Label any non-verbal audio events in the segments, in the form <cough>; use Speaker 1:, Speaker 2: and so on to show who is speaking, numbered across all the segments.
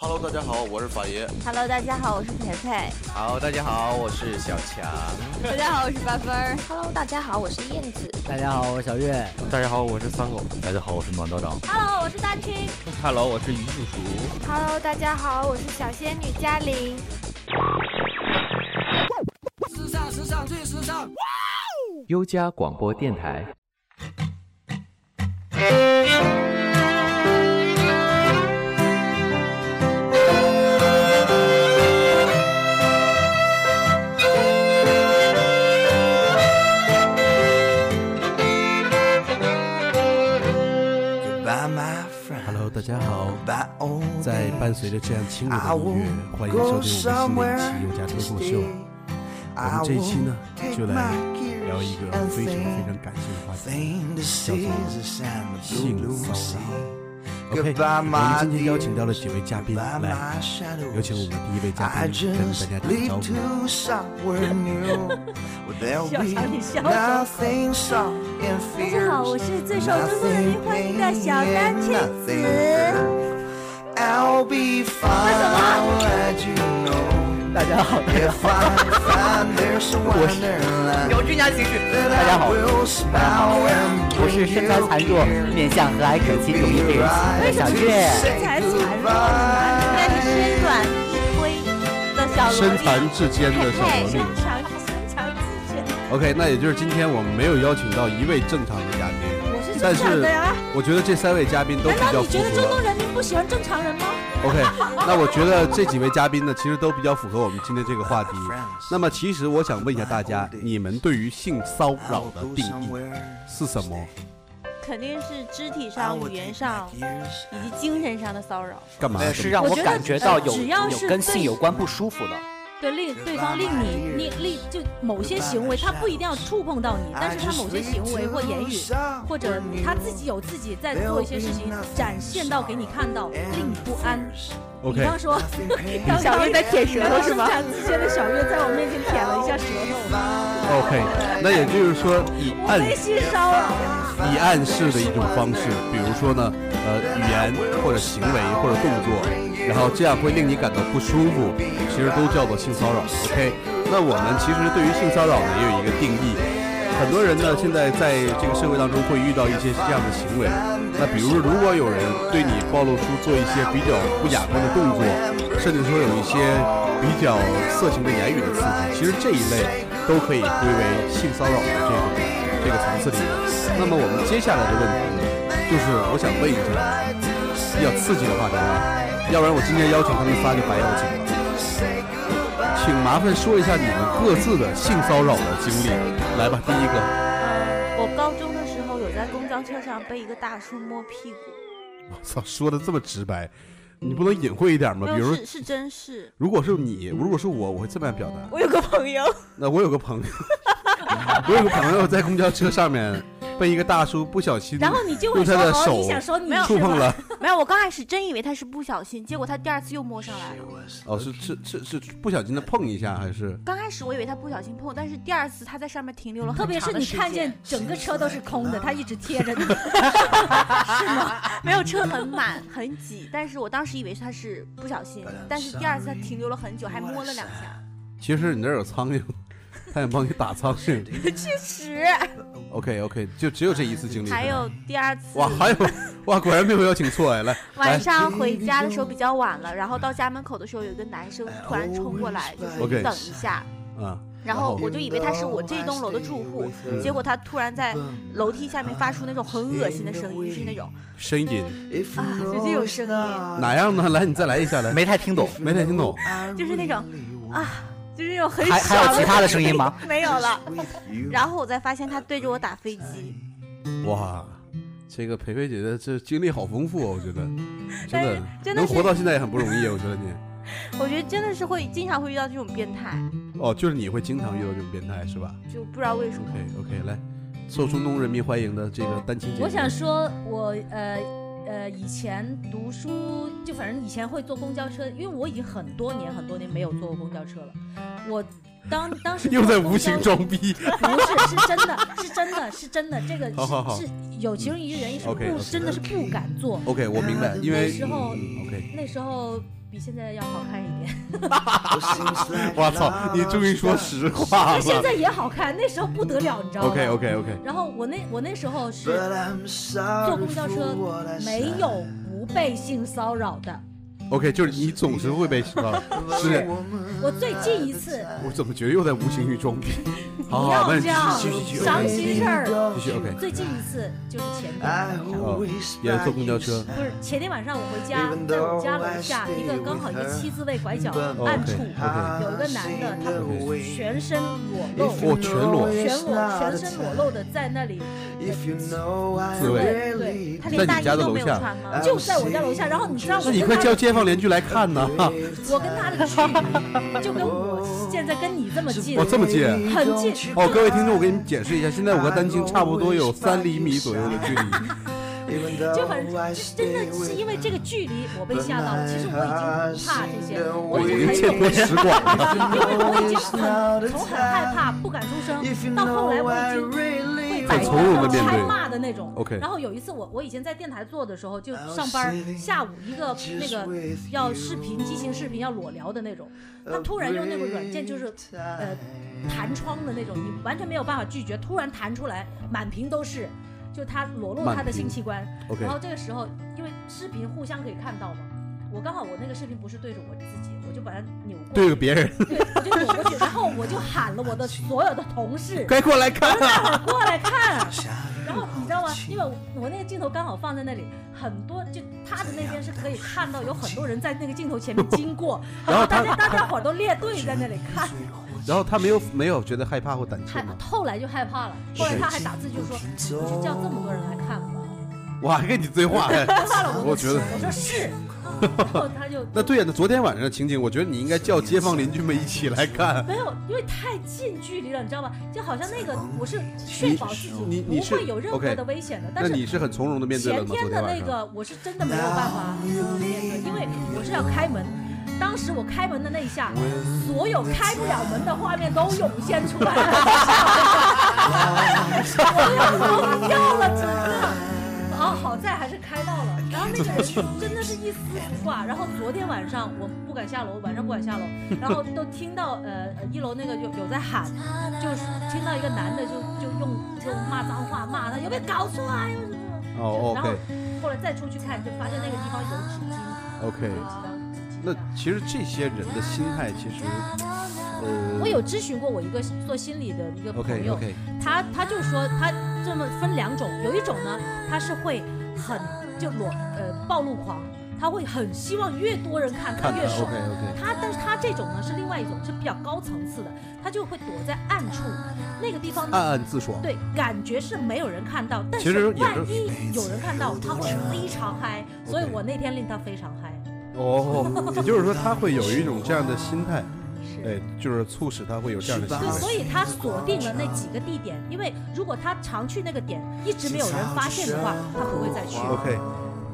Speaker 1: Hello，大家好，我是法爷。
Speaker 2: Hello，大家好，我是培培。
Speaker 3: <laughs>
Speaker 4: 好，大家好，我是小强。
Speaker 2: 大家好，我是八分儿。
Speaker 3: Hello，大家好，我是燕子。
Speaker 5: 大家好，我是小月。
Speaker 6: 大家好，我是三狗。
Speaker 7: 大家好，我是暖道长。
Speaker 2: Hello，我是大青。
Speaker 4: Hello，我是于叔叔。
Speaker 8: Hello，大家好，我是小仙女嘉玲。
Speaker 9: 时尚，时尚最时尚。
Speaker 10: 优家广播电台。
Speaker 11: Hello，大家好，在伴随着这样轻柔的音乐，欢迎收听我们新的一期《优家脱口秀》。我们这一期呢，就来聊一个非常非常感性的话题，叫做性骚扰。OK，我们今天邀请到了几位嘉宾来，有请我们第一位嘉宾跟大家打个招呼。
Speaker 2: 小强，你笑什么？大家好，我是最受中国人民欢迎的小丹青子。为什
Speaker 4: 么？大家好，大家好，
Speaker 1: <laughs>
Speaker 4: 我是有军家情绪。大家好，我是身材残弱、面相和蔼可亲、容易被人喜欢的小月。
Speaker 2: 身材残弱，那你身短衣灰的小萝
Speaker 11: 身残志坚的小萝莉。OK，那也就是今天我们没有邀请到一位正常的嘉宾，
Speaker 2: 我是
Speaker 11: 但
Speaker 2: 正常
Speaker 11: 是
Speaker 2: 的呀。
Speaker 11: 我觉得这三位嘉宾都比
Speaker 2: 难道
Speaker 11: 较
Speaker 2: 你
Speaker 11: 符
Speaker 2: 觉得中
Speaker 11: 合
Speaker 2: 东。人民不喜欢正常人吗？
Speaker 11: OK，那我觉得这几位嘉宾呢，其实都比较符合我们今天这个话题。那么，其实我想问一下大家，你们对于性骚扰的定义是什么？
Speaker 2: 肯定是肢体
Speaker 4: 啊
Speaker 2: 上、语言上以及精神上的骚扰，
Speaker 11: 干嘛？
Speaker 4: 哎是啊让我感觉到有
Speaker 2: 只要
Speaker 4: 有
Speaker 2: 是
Speaker 4: 跟
Speaker 2: 对
Speaker 4: 性有关不舒服的。
Speaker 2: 对令对方令你令令就某些行为，他不一定要触碰到你，
Speaker 4: 啊
Speaker 2: 但是他某些行为或言语，或者他自己有自己在做一些事情，展现到给你看到，令你不安。比
Speaker 11: OK，
Speaker 2: 方说， <laughs>
Speaker 3: 小月在舔舌头是吗
Speaker 2: 生产之间的小月在我面前舔了一下舌头，
Speaker 11: OK，那也就是说以
Speaker 2: 我
Speaker 11: 暗
Speaker 2: 被性骚扰。
Speaker 11: 以暗示的一种方式，比如说呢，呃，语言或者行为或者动作，然后这样会令你感到不舒服，其实都叫做性骚扰。OK，那我们其实对于性骚扰呢也有一个定义，很多人呢现在在这个社会当中会遇到一些这样的行为，那比如说如果有人对你暴露出做一些比较不雅观的动作，甚至说有一些比较色情的言语的刺激，其实这一类都可以归为性骚扰的这个这个层次里面。那么我们接下来的问题呢，就是我想问一下，比较刺激的话题啊，要不然我今天邀请他们仨就白邀请了。请麻烦说一下你们各自的性骚扰的经历。来吧，第一个，
Speaker 2: 呃，我高中的时候有在公交车上被一个大叔摸屁股，
Speaker 11: 我操，说的这么直白，你不能隐晦一点吗？
Speaker 2: 没
Speaker 11: 比如
Speaker 2: 有
Speaker 11: 说
Speaker 2: 是，是真事。
Speaker 11: 如果是你，如果是我，我会这么样表达。
Speaker 2: 我有个朋友，
Speaker 11: 那我有个朋友，我有个朋友在公交车上面被一个大叔不小心
Speaker 2: 然后你就会
Speaker 11: 用
Speaker 2: 说
Speaker 11: 他的
Speaker 2: 哦，
Speaker 11: 手
Speaker 2: 你想说你
Speaker 11: 触
Speaker 2: 是
Speaker 11: 碰
Speaker 2: 吧？
Speaker 11: 了，
Speaker 3: 没有，我刚开始真以为他是不小心，结果他第二次又摸上来了。
Speaker 11: 哦，是是是是不小心的碰一下还是？
Speaker 3: 刚开始我以为他不小心碰，但是第二次他在上面停留了
Speaker 2: 特
Speaker 3: 很
Speaker 2: 别
Speaker 3: 长
Speaker 2: 是
Speaker 3: 的
Speaker 2: 你
Speaker 3: 时
Speaker 2: 看
Speaker 3: 间
Speaker 2: 见整个车都是空的，
Speaker 11: 嗯
Speaker 2: 他一直贴
Speaker 3: <laughs>
Speaker 2: 着你，
Speaker 3: 没有车很满很挤，但是我当时以为他是不小心，但是第二次他停留了很久，还摸了两下。
Speaker 11: 其实你那儿有苍蝇，他想帮你打苍蝇。
Speaker 3: 确实，
Speaker 11: OK OK，就只有这一次经历。
Speaker 3: 还有第二次
Speaker 11: 哇，还有哇，果然没有邀请错哎，来来
Speaker 3: 晚上回家的时候比较晚了，然后到家门口的时候，有一个男生
Speaker 4: 哎
Speaker 3: 突然冲过
Speaker 4: 哦
Speaker 3: 来，就是
Speaker 11: OK
Speaker 3: 你等一下，
Speaker 11: 啊，
Speaker 3: 然后我就以为他是我这栋楼的住户，结果他突然在楼梯下面发出那种很恶心的声音，就是那种
Speaker 11: 呻吟
Speaker 2: <laughs>
Speaker 3: 啊，就这种声音，
Speaker 11: 哪样呢？来，你再来一下，来，
Speaker 4: 没太听懂，
Speaker 11: 没太听懂。
Speaker 3: 就是那种啊，
Speaker 2: 就是那种很
Speaker 4: 还还有
Speaker 2: 爽
Speaker 4: 其他的声音吗？
Speaker 3: 没有
Speaker 4: <laughs>
Speaker 3: 了。然后我才发现他对着我打飞机，
Speaker 11: 哇，这个培培姐姐这经历好丰富哦，我觉得真
Speaker 2: 但是
Speaker 11: 的
Speaker 2: 真的
Speaker 11: 能
Speaker 2: 是
Speaker 11: 活到现在也很不容易，我觉得你
Speaker 3: 我觉得真的是会经常会遇到这种变态，
Speaker 11: 哦，就是你会经常遇到这种变态是吧
Speaker 3: 就不知道为什么。
Speaker 11: ？OK OK，来，受中东人民欢迎的这个丹青姐姐，
Speaker 2: 我想说，我呃呃，以前读书就反正以前会坐公交车，因为我已经很多年很多年没有坐过公交车了。我
Speaker 11: <laughs>
Speaker 2: 当当时
Speaker 11: 又在
Speaker 2: 交通
Speaker 11: 无形
Speaker 2: 交
Speaker 11: 装逼。
Speaker 2: <laughs> 不是，是真的，是真的，是真的，这个
Speaker 11: 好好好嗯
Speaker 2: 是是有其中一个原因是不
Speaker 11: OK，OK
Speaker 2: 真的是不敢做。
Speaker 11: OK，我明 <laughs> 白，因
Speaker 2: 那
Speaker 11: 为
Speaker 2: 时候
Speaker 11: 嗯 <laughs> OK。
Speaker 2: 那时候比现在要好看一点，
Speaker 11: 我操，你终于说实
Speaker 2: <laughs>
Speaker 11: 话
Speaker 2: 那现
Speaker 11: 了。
Speaker 2: 在也好看，那时候不得了，你知道吗
Speaker 11: OK OK OK，
Speaker 2: 然后我那我那时候是坐公交车，没
Speaker 11: 哦
Speaker 2: 有不被性骚扰的。
Speaker 11: OK，就是你总是会被洗
Speaker 2: <laughs>
Speaker 11: 到，是
Speaker 2: 我最近一次
Speaker 11: 我怎么觉得又在无形中装逼？
Speaker 2: <laughs>
Speaker 11: 好
Speaker 2: 不
Speaker 11: 好，
Speaker 2: 要
Speaker 11: 那
Speaker 2: 这样
Speaker 11: 继续继续继续
Speaker 2: 伤
Speaker 11: OK，
Speaker 2: 心事儿，
Speaker 11: 继续 OK，
Speaker 2: 最近一次就是前天晚上。
Speaker 11: 哦，也是坐公交车，
Speaker 2: 不是前天晚上我回家，在我家楼下一个刚好一个七字位拐角暗处，
Speaker 11: OK，OK
Speaker 2: 有一个男的，他全身裸露，
Speaker 11: 我全裸，
Speaker 2: 全裸全身裸露的在那里，
Speaker 11: 自慰，
Speaker 2: 对对，他
Speaker 11: 在
Speaker 2: 连
Speaker 11: 你
Speaker 2: 大衣
Speaker 11: 家的
Speaker 2: 都没有
Speaker 11: 楼下
Speaker 2: 穿吗？啊就在我家楼下，然后你知道
Speaker 11: 那
Speaker 2: 我
Speaker 11: 你
Speaker 2: 跟
Speaker 11: 快
Speaker 2: 他
Speaker 11: 叫
Speaker 2: 的，
Speaker 11: 街坊邻居来看呐！
Speaker 2: 我跟他的距离就跟我现在跟你这么近
Speaker 11: 我，哦这么近。
Speaker 2: 很近，
Speaker 11: <laughs> 哦，各位听众，我给你们解释一下，现在我和丹青差不多有三厘米左右的距离。
Speaker 2: 就很就真的是因为这个距离我被吓到了，其实我已经不怕这些了，
Speaker 11: 我
Speaker 2: 我已
Speaker 11: 已
Speaker 2: 经
Speaker 11: 经
Speaker 2: 很
Speaker 11: 见
Speaker 2: 有
Speaker 11: 多识广了。
Speaker 2: 因为我已经很从很害怕不敢出声，到后来我已经会摆
Speaker 11: 很从容地面对
Speaker 2: 开骂的那种。
Speaker 11: OK
Speaker 2: 然后有一次我我以前在电台做的时候，就上班下午一个那个要视频激情视频要裸聊的那种，他突然用那个软件就是呃弹窗的那种，你完全没有办法拒绝，突然弹出来满屏都是。就他裸露他的性器官，
Speaker 11: OK，
Speaker 2: 然后这个时候，因为视频互相可以看到嘛，我刚好我那个视频不是对着我自己，我就把它扭过去，
Speaker 11: 对着别人，
Speaker 2: 对， <laughs> 我就躲过去，然后我就喊了我的所有的同事
Speaker 11: <laughs> 快过来看啊！
Speaker 2: 过来
Speaker 11: <laughs>
Speaker 2: 看。然后你知道吗？因为我我那个镜头刚好放在那里，很多就他的那边是可以看到有很多人在那个镜头前面
Speaker 11: <laughs>
Speaker 2: 经过，
Speaker 11: 然后
Speaker 2: 大
Speaker 11: 他
Speaker 2: 家大家伙儿都列队在那里看，
Speaker 11: 然后他没有没有觉得害怕或胆怯
Speaker 2: 害
Speaker 11: 吗？
Speaker 2: 后来就害怕了，后来他还打字就说，我说叫这么多人来看吧，
Speaker 11: 我还跟你对
Speaker 2: <laughs>
Speaker 11: 话哎，我觉得
Speaker 2: 我
Speaker 11: <laughs>
Speaker 2: 说是，然后他就
Speaker 11: 那对呀、那昨天晚上的情景，我觉得你应该叫街坊邻居们一起来看。
Speaker 2: 没有，因为太近距离了，你知道吧？就好像那个我是确保自
Speaker 11: 你
Speaker 2: 己
Speaker 11: 你
Speaker 2: 不
Speaker 11: 是
Speaker 2: 会有任何
Speaker 11: OK
Speaker 2: 的危险 <laughs> 的，但
Speaker 11: 那
Speaker 2: 是
Speaker 11: 你是很从容的面对了
Speaker 2: 前
Speaker 11: 吗？
Speaker 2: 天
Speaker 11: 昨
Speaker 2: 的
Speaker 11: 天晚
Speaker 2: 那
Speaker 11: 上，
Speaker 2: 个，我是真的没有办法面对，因为我是要开门。当时我开门的那一下，所有开不了门的画面都涌现出来了， <laughs> 我要疯掉了，真的。哦，好在还是开到了。然后那个人真的是一丝不挂。然后昨天晚上我不敢下楼，晚上不敢下楼，然后都听到呃呃一楼那个有有在喊，就是听到一个男的就就用就骂脏话骂他有没有搞错啊，又什么什么。
Speaker 11: 哦
Speaker 2: 然后后来再出去看，就发现那个地方有纸巾，
Speaker 11: ，OK，OK。
Speaker 2: 有几张纸巾
Speaker 11: 那
Speaker 2: 啊。
Speaker 11: 其实这些人的心态，其实，呃
Speaker 2: 我有咨询过我一个做心理的一个朋
Speaker 11: ，OK
Speaker 2: 友，
Speaker 11: OK，
Speaker 2: 他他就说他这么分两种，有一种呢，他是会很就裸呃暴露狂，他会很希望越多人看他
Speaker 11: 看看
Speaker 2: 越
Speaker 11: ，OK
Speaker 2: 爽。
Speaker 11: OK，
Speaker 2: 他但是他这种呢是另外一种，是比较高层次的，他就会躲在暗处，那个地方呢
Speaker 11: 暗暗自爽。
Speaker 2: 对，感觉是没有人看到，但
Speaker 11: 啊其实
Speaker 2: 是
Speaker 11: 也
Speaker 2: 万
Speaker 11: 是
Speaker 2: 一有人看到，他会非常
Speaker 11: <laughs>
Speaker 2: 嗨，所以我那天令他非常嗨。
Speaker 11: 哦，也就是说他会有一种这样的心态，
Speaker 2: <laughs> 是，
Speaker 11: 哎，就是促使他会有这样的心
Speaker 2: 对，
Speaker 11: 态。
Speaker 2: 所以啊他锁定了那几个地点，因为如果他常去那个点，一直没有人发现的话，他不会再去。
Speaker 11: OK，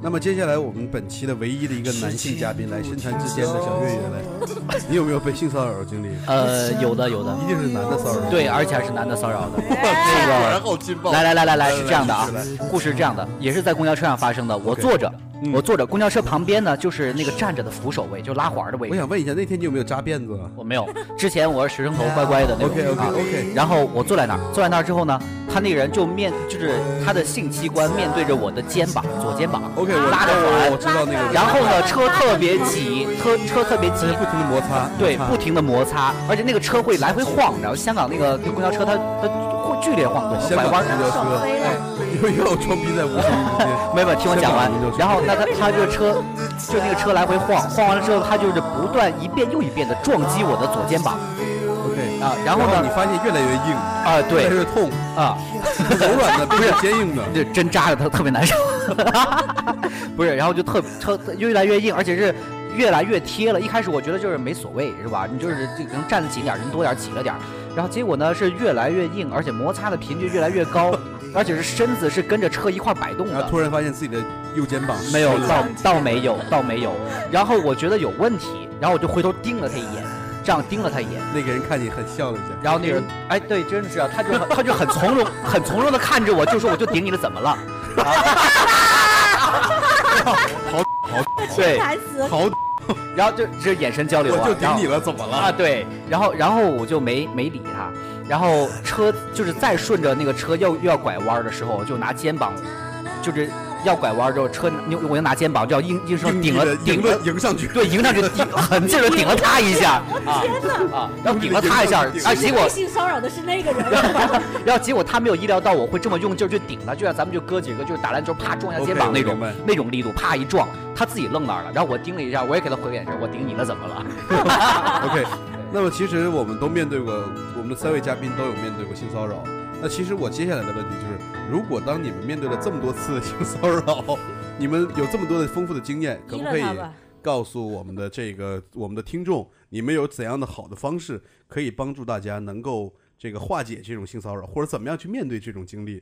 Speaker 11: 那么接下来我们本期的唯一的一个男性嘉宾来身残志坚的小岳岳来，你有没有被性骚扰的经历？
Speaker 4: 呃，有的有的，
Speaker 11: 一定是男的骚扰。
Speaker 4: 对，而且还是男的骚扰的。
Speaker 11: 这个人好劲爆
Speaker 4: 来来来来来，哎是这样的嗯啊
Speaker 11: 来来，
Speaker 4: 故事是这样的，也是在公交车上发生的。我
Speaker 11: OK
Speaker 4: 坐着，我坐着，公交车旁边呢就是那个站着的扶手位，就拉环的位
Speaker 11: 我
Speaker 4: 置。
Speaker 11: 想问一下，那天你有没有扎辫子啊
Speaker 4: 我没有，之前我是水生头乖乖的那种
Speaker 11: <laughs> OK，OK，
Speaker 4: 啊
Speaker 11: OK
Speaker 4: 然后我坐在那儿，坐在那儿之后呢，他那个人就面，就是他的性器官面对着我的肩膀，左肩膀
Speaker 11: ？OK，我
Speaker 4: 拉着
Speaker 11: 我我
Speaker 4: 环，
Speaker 11: 知道那个人，
Speaker 4: 然后呢，车特别挤，车车特别挤
Speaker 11: 在，不停的摩擦，
Speaker 4: 对，
Speaker 11: 摩
Speaker 4: 不
Speaker 11: 擦
Speaker 4: 停的摩擦，而且那个车会来回晃，然后香港那个公交车它它会剧烈晃动，
Speaker 11: 香
Speaker 4: 拐
Speaker 11: 港
Speaker 4: 弯
Speaker 11: 公交车，哎， <laughs> 又又有装逼在无形之间。
Speaker 4: 没有，没有听我讲完
Speaker 11: 香港公交。车
Speaker 4: 然后那他他这个车，就那个车来回晃，晃完了之后，他就是不断一遍又一遍的撞击我的左肩膀
Speaker 11: OK，
Speaker 4: 啊，然后
Speaker 11: 你
Speaker 4: 呢，
Speaker 11: 发现越来越硬，
Speaker 4: 啊
Speaker 11: 越来 <laughs>
Speaker 4: 对
Speaker 11: 越
Speaker 4: <laughs>
Speaker 11: 痛，
Speaker 4: 啊，
Speaker 11: 柔软的不是坚硬的。
Speaker 4: 这针扎的他特别难受， <laughs> 不是，然后就特车越来越硬，而且是。越来越贴了，一开始我觉得就是没所谓，是吧？你就是这个能站得紧点儿，人多点儿，挤了点儿。然后结果呢是越来越硬，而且摩擦的频率越来越高，而且是身子是跟着车一块儿摆动
Speaker 11: 然
Speaker 4: 的
Speaker 11: 后。突然发现自己的右肩膀
Speaker 4: 没有，
Speaker 11: 受了
Speaker 4: 倒倒没有，倒没有。然后我觉得有问题，然后我就回头盯了他一眼，这样盯了他一眼，
Speaker 11: 那个人看你很笑了一下，
Speaker 4: 然后那人，哎，对，真的是啊，他就很他 <laughs> 就很从容，很从容的看着我，就说我就顶你了，怎么了？啊
Speaker 11: <laughs> 好好
Speaker 4: 对，
Speaker 2: 台词
Speaker 11: 好，
Speaker 4: 然后就这眼神交流啊，
Speaker 11: 我就顶
Speaker 4: 然后
Speaker 11: 你了，怎么了
Speaker 4: 啊，？对，然后然后我就没没理他，然后车就是再顺着那个车又又要拐弯的时候，就拿肩膀，就是要拐弯之后车扭，我就拿肩膀就要硬硬生
Speaker 11: 硬
Speaker 4: 顶
Speaker 11: 你
Speaker 4: 了
Speaker 11: 的
Speaker 4: 顶
Speaker 11: 迎了
Speaker 4: 了，
Speaker 11: 迎上去，
Speaker 4: 对，迎上去顶很劲的顶了他一下啊
Speaker 2: 天哪！
Speaker 4: 啊，然后顶了他一下，啊，结果
Speaker 2: 被性骚扰的是那个人，
Speaker 4: 然后结果他没有意料到我会这么用劲儿去顶他，就像咱们就哥几个就是打篮球啪撞一下肩膀
Speaker 11: OK，
Speaker 4: 那
Speaker 11: 我
Speaker 4: 种
Speaker 11: 明白
Speaker 4: 那种力度，啪一撞，他自己愣那儿了。然后我盯了一下，我也给他回个眼神，我顶你了怎么了？
Speaker 11: <laughs> OK，那么其实我们都面对过，我们的三位嘉宾都有面对过性骚扰。那其实我接下来的问题就是，如果当你们面对了这么多次的性骚扰， <laughs> 你们有这么多的丰富的经验，可
Speaker 2: 踢
Speaker 11: 不
Speaker 2: 了
Speaker 11: 可以
Speaker 2: 他吧
Speaker 11: 告诉我们的这个我们的听众，你们有怎样的好的方式可以帮助大家能够这个化解这种性骚扰，或者怎么样去面对这种经历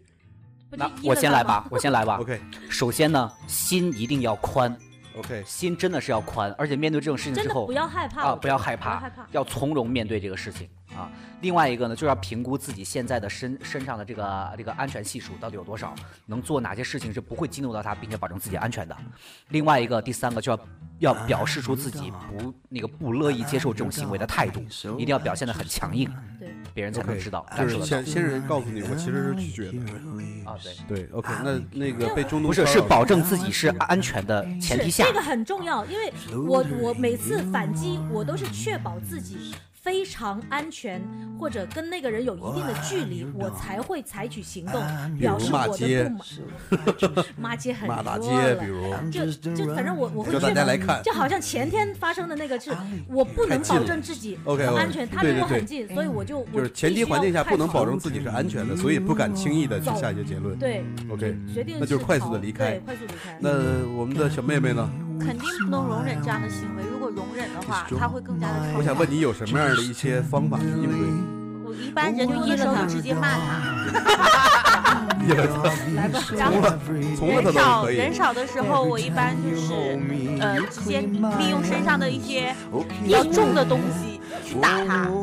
Speaker 2: 不
Speaker 4: 那
Speaker 2: 就一
Speaker 4: 我
Speaker 2: 了
Speaker 4: 先
Speaker 2: 他
Speaker 4: 来
Speaker 2: 吗
Speaker 4: 吧，我先来吧。
Speaker 11: ？OK
Speaker 4: 首先呢，心一定要宽，
Speaker 11: OK，
Speaker 4: 心真的是要宽，而且面对这种事情
Speaker 2: 真
Speaker 4: 之
Speaker 2: 的
Speaker 4: 后
Speaker 2: 不，要害怕
Speaker 4: 啊，
Speaker 2: 我
Speaker 4: 不
Speaker 2: 觉
Speaker 4: 要
Speaker 2: 得
Speaker 4: 害怕，
Speaker 2: 不要害怕
Speaker 4: 要从容面对这个事情啊。另外一个呢，就是要评估自己现在的身身上的这个这个安全系数到底有多少，能做哪些事情是不会激怒到他，并且保证自己安全的。另外一个，第三个就要要表示出自己不那个不乐意接受这种行为的态度，一定要表现的很强硬，
Speaker 2: 对，
Speaker 4: 别人才能知道
Speaker 11: 就
Speaker 4: 感受
Speaker 11: 是
Speaker 4: 得到
Speaker 11: 先先人告诉你，我其实是拒绝的。
Speaker 4: 啊。对，
Speaker 11: 对，OK，那那个被中东
Speaker 4: 不是
Speaker 11: 骚
Speaker 4: 是
Speaker 11: 扰
Speaker 4: 保证自己是安全的前提
Speaker 2: 是
Speaker 4: 下
Speaker 2: 这。个很重要，因为我我每次反击，我都是确保自己非常安全，或者跟那个人有一定的距离，我才会采取行动，表示
Speaker 11: 骂
Speaker 2: 我
Speaker 11: 街
Speaker 2: 的不满。骂街很
Speaker 11: 马嗯大
Speaker 2: 多
Speaker 11: 街，
Speaker 2: 了
Speaker 11: 比如
Speaker 2: 就就反正我我会
Speaker 11: 叫大
Speaker 2: 确
Speaker 11: 家
Speaker 2: 保
Speaker 11: 来看哎
Speaker 2: 就好像前天发生的那个是，我不能保证自己
Speaker 11: ，OK，
Speaker 2: 安全，他
Speaker 11: 对
Speaker 2: 离
Speaker 11: 对
Speaker 2: 我很
Speaker 11: 对
Speaker 2: 近，所以我就
Speaker 11: 就
Speaker 2: 我
Speaker 11: 是前提
Speaker 2: 必须
Speaker 11: 环境
Speaker 2: 要
Speaker 11: 下不能
Speaker 2: 快
Speaker 11: 保
Speaker 2: 跑
Speaker 11: 证自己是安全的，所以不敢轻易的去下一些结论。
Speaker 2: 嗯对，
Speaker 11: OK，
Speaker 2: 决定
Speaker 11: 那就是快速地
Speaker 2: 逃
Speaker 11: 离开
Speaker 2: 对，快速离开。
Speaker 11: 那我们的小妹妹呢？
Speaker 3: 肯定不能容忍这样的行为。如果容忍的话，他会更加
Speaker 4: 哎
Speaker 3: 的
Speaker 11: 我
Speaker 3: 猖
Speaker 11: 想
Speaker 3: 狂。
Speaker 11: 问你有什么样的一些方法去应对？
Speaker 3: 我一般人就一了他，直接骂他。
Speaker 2: 来吧，
Speaker 3: 然
Speaker 11: 从
Speaker 3: 后
Speaker 11: 了从了
Speaker 3: 人
Speaker 11: 她都
Speaker 3: 少
Speaker 11: 可以。
Speaker 3: 人少的时候，我一般就是呃，直接利用身上的一些比较重的东西去打他。
Speaker 11: <laughs>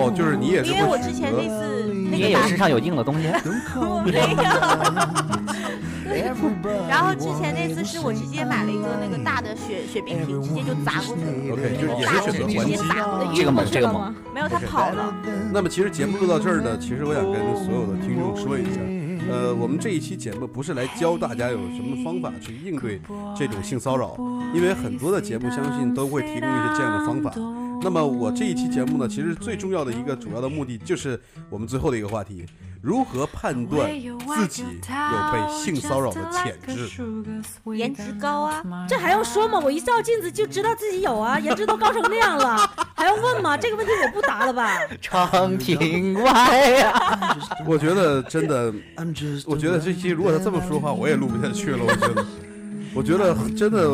Speaker 11: 哦，就是你也是
Speaker 3: 因
Speaker 11: 会嗯
Speaker 3: 为我之前那次
Speaker 4: 你
Speaker 3: 那
Speaker 4: 也
Speaker 3: 个
Speaker 4: 有
Speaker 3: 打
Speaker 4: 身上有硬的东西，
Speaker 3: 我没有。 <laughs> 然后之前那次是我直接买了一个那个大的雪雪冰瓶，直接就砸过去了。
Speaker 11: OK，就是也
Speaker 3: 大
Speaker 11: 是选择啊
Speaker 3: 直
Speaker 11: 还
Speaker 3: 接
Speaker 11: 击。
Speaker 3: 砸我的
Speaker 4: 这个猛，这个
Speaker 2: 了
Speaker 4: 猛 <laughs>
Speaker 2: 吗。
Speaker 3: 没有他跑了。
Speaker 11: 那么其实节目录到这儿呢，其实我想跟所有的听众说一下，呃，我们这一期节目不是来教大家有什么方法去应对这种性骚扰，因为很多的节目相信都会提供一些这样的方法。那么我这一期节目呢，其实最重要的一个主要的目的就是我们最后的一个话题：如何判断自己有被性骚扰的潜质？
Speaker 3: 颜值高啊，
Speaker 2: 这还用说吗？我一照镜子就知道自己有
Speaker 11: <laughs>
Speaker 2: 啊，颜值都高成那样了，还要问吗？这个问题我不答了吧？
Speaker 4: 长亭外啊呀，
Speaker 11: 我觉得真的，我觉得这期如果他这么说的话，我也录不下去了。我觉得，我觉得真的，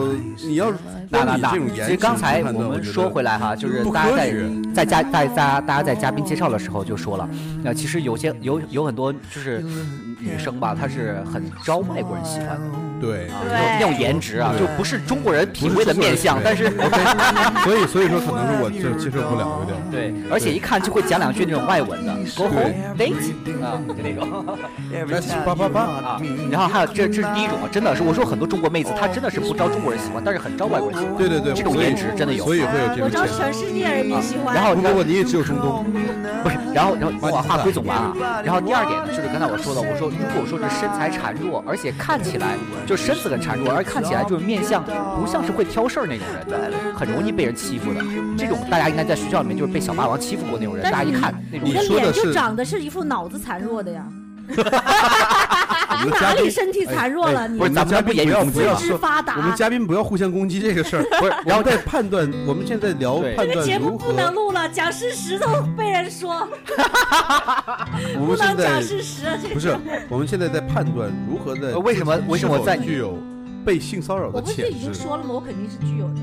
Speaker 11: 你要
Speaker 4: 那
Speaker 11: 光
Speaker 4: 那
Speaker 11: 你
Speaker 4: 那
Speaker 11: 这种，颜
Speaker 4: 其
Speaker 11: 值
Speaker 4: 实刚
Speaker 11: 去
Speaker 4: 才
Speaker 11: 判
Speaker 4: 我
Speaker 11: 断
Speaker 4: 们
Speaker 11: 觉得
Speaker 4: 说回来哈，就是
Speaker 11: 不
Speaker 4: 大家
Speaker 11: 科
Speaker 4: 在
Speaker 11: 学
Speaker 4: 在嘉在大家大家在嘉宾介绍的时候就说了，那其实有些有有很多就是女生吧，她是很招外国人喜欢的，
Speaker 11: 对。
Speaker 4: 啊，
Speaker 3: 对
Speaker 4: 那种颜值啊，就不是中国人品味的面相，但是
Speaker 11: 所以所以说可能是我就接受不了有点。
Speaker 4: 对，而且一看就会讲两句那种外文的，Go home date 啊，就那种
Speaker 11: That's 八八八，
Speaker 4: 啊，然后还有这这是第一种啊，真的是我说很多中国妹子她真的是不招中国人喜欢，但是很招外国人喜欢，
Speaker 11: 对对对，
Speaker 4: 这种
Speaker 11: 所以
Speaker 4: 颜值真的有
Speaker 11: 所以会有这
Speaker 2: 呃
Speaker 11: 种
Speaker 2: 我招
Speaker 11: 潜质。
Speaker 2: 全世界人民喜欢。
Speaker 4: 然后
Speaker 11: 不不不，你也只有中东，
Speaker 4: 不
Speaker 1: 啊
Speaker 4: 是，然后然后我话归总完啊，然后第二点呢，就是刚才我说的，我说如果说是身材孱弱，而且看起来就身子很孱弱，而看起来就是面相不像是会挑事儿那种人的，很容易被人欺负的。这种大家应该在学校里面就是被小霸王欺负过那种人，
Speaker 2: 但
Speaker 4: 大家
Speaker 2: 是
Speaker 4: 一
Speaker 2: 你
Speaker 4: 看那种
Speaker 2: 你
Speaker 11: 你
Speaker 2: 的
Speaker 4: 人，
Speaker 11: 说的
Speaker 2: 脸
Speaker 11: 是
Speaker 2: 就长得是一副脑子孱弱的呀，
Speaker 11: 我们的嘉
Speaker 2: 哪里
Speaker 11: 宾
Speaker 2: 啊身体
Speaker 11: 哎
Speaker 2: 孱弱了？
Speaker 11: 哎
Speaker 2: 你
Speaker 4: 不是咱们不言语
Speaker 11: 我
Speaker 4: 攻
Speaker 11: 们
Speaker 4: 击
Speaker 11: 不
Speaker 2: 四
Speaker 11: 要
Speaker 4: 了
Speaker 2: 肢
Speaker 11: 说，
Speaker 2: 发
Speaker 11: 我们
Speaker 2: 达。
Speaker 11: 嘉宾不要互相攻击这个事儿。
Speaker 4: 不是，然
Speaker 11: 然后
Speaker 4: 后
Speaker 11: 在判断，我们现在聊
Speaker 4: 对
Speaker 11: 判
Speaker 2: 这
Speaker 11: 断
Speaker 2: 节目
Speaker 11: 如
Speaker 2: 不能
Speaker 11: 何，
Speaker 2: 录了，讲事实都被人说，
Speaker 11: 我
Speaker 2: 不
Speaker 11: 们
Speaker 2: 能
Speaker 11: 现
Speaker 2: 讲
Speaker 11: 在
Speaker 2: 事实啊。这个
Speaker 11: 不是我们现在在判断如何的
Speaker 4: 呃为什么为什么在
Speaker 11: 具有被性骚扰
Speaker 2: 我
Speaker 11: 的
Speaker 2: 不是
Speaker 11: 潜
Speaker 2: 已经
Speaker 11: 质？
Speaker 2: 说了吗？我肯定是具有的。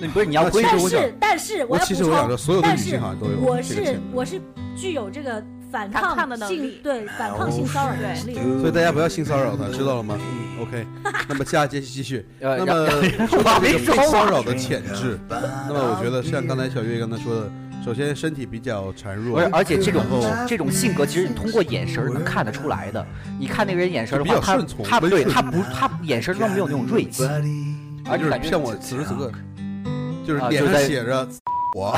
Speaker 4: 那不是你要归
Speaker 11: 其
Speaker 2: 但
Speaker 11: 实我想
Speaker 2: 是但是
Speaker 11: 我
Speaker 2: 要
Speaker 11: 其
Speaker 2: 补
Speaker 11: 实我想
Speaker 2: 充
Speaker 11: 说，，所有的女
Speaker 2: 但
Speaker 11: 性
Speaker 2: 是
Speaker 11: 好像都有
Speaker 2: 我
Speaker 11: 这个
Speaker 2: 是
Speaker 11: 潜质
Speaker 2: 我是具有这个反
Speaker 3: 反抗
Speaker 2: 抗
Speaker 3: 的能力
Speaker 11: 哎
Speaker 2: 性对反抗性骚扰的能力。
Speaker 11: 所以大家不要性骚扰她，知道了吗
Speaker 2: <laughs>
Speaker 11: OK，那么下一节继续。
Speaker 4: 呃
Speaker 11: 那
Speaker 4: 让
Speaker 11: 么说
Speaker 4: 我
Speaker 11: 到
Speaker 4: 没
Speaker 11: 这个
Speaker 4: 说
Speaker 11: 被骚
Speaker 4: 完
Speaker 11: 扰的潜质，那么我觉得像刚 <laughs> 才小月刚才说的，首先身体比较孱弱，
Speaker 4: 不是，而且这种
Speaker 11: 然后
Speaker 4: 这种性格，其实你通过眼神儿能看得出来的。你看那个人眼神儿的
Speaker 11: 就
Speaker 4: 话，
Speaker 11: 比较
Speaker 4: 他
Speaker 11: 顺从
Speaker 4: 他
Speaker 11: 温
Speaker 4: 对
Speaker 11: 顺
Speaker 4: 他不他眼神中没有那种锐气，而且
Speaker 11: 就是
Speaker 4: 感觉
Speaker 11: 骗我此时此刻，就是
Speaker 4: 啊
Speaker 11: 脸
Speaker 4: 就
Speaker 11: 上
Speaker 4: 在 <laughs>
Speaker 11: 写着我，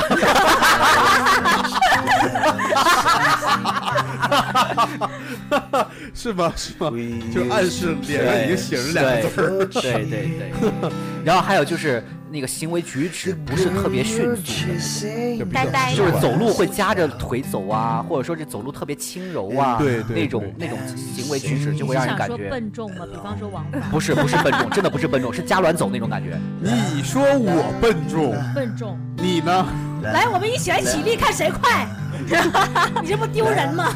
Speaker 11: 是吗？是吗？就暗示脸上已经写着两个字儿。
Speaker 4: 对对
Speaker 11: <laughs>
Speaker 4: 对对。然后还有就是那个行为举止不是特别迅速的，
Speaker 11: 就比
Speaker 3: 呆
Speaker 11: 较
Speaker 3: 呆
Speaker 4: 就是
Speaker 11: 缓
Speaker 4: 走路会夹着腿走啊，或者说这走路特别轻柔啊，
Speaker 11: 对对
Speaker 4: 那种那种行为举止就会让人
Speaker 2: 想
Speaker 4: 感
Speaker 2: 说
Speaker 4: 觉
Speaker 2: 笨重吗？比方说王法
Speaker 4: 不是不是笨重，真的不是笨重，是夹软走那种感
Speaker 11: <laughs>
Speaker 4: 觉。
Speaker 11: 你说我笨重，
Speaker 2: 笨重。
Speaker 11: 你呢？
Speaker 2: 来，我们一起来起立，看
Speaker 11: <laughs>
Speaker 2: 谁快。 <laughs> 你这不丢人吗？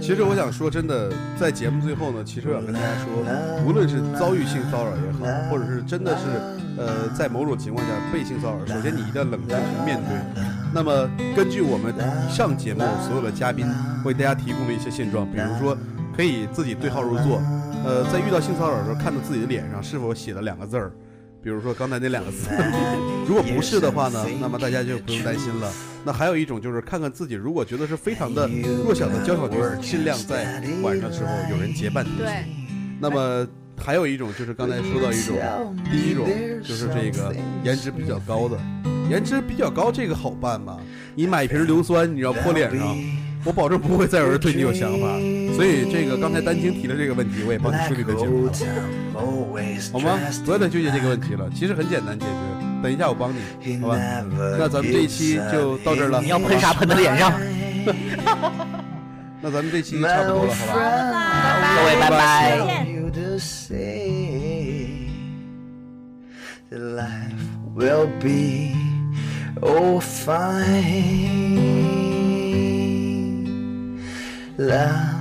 Speaker 11: 其实我想说，真的，在节目最后呢，其实我想跟大家说，无论是遭遇性骚扰也好，或者是真的是，呃，在某种情况下被性骚扰，首先你一定要冷静去面对。那么，根据我们以上节目所有的嘉宾为大家提供的一些现状，比如说可以自己对号入座，呃，在遇到性骚扰的时候，看到自己的脸上是否写了两个字儿，比如说刚才那两个字。如果不是的话呢，那么大家就不用担心了。那还有一种就是看看自己，如果觉得是非常的弱小的娇小女子，尽量在晚上的时候有人结伴同行。
Speaker 3: 对，
Speaker 11: 那么还有一种就是刚才说到一种，第一种就是这个颜值比较高的，颜值比较高这个好办吗？你买一瓶硫酸，你要泼脸上，我保证不会再有人对你有想法。所以这个刚才丹青提的这个问题，我也帮你梳理了解了，好吗？不要再纠结这个问题了，其实很简单解决。等一下我帮你，好吧？那咱们这一期就到这儿了。
Speaker 4: 你要喷啥喷他脸上，
Speaker 1: <laughs>
Speaker 11: 那咱们这期差不多了，好吧？
Speaker 4: 各位拜拜。
Speaker 1: you to see that life will be oh fine. Life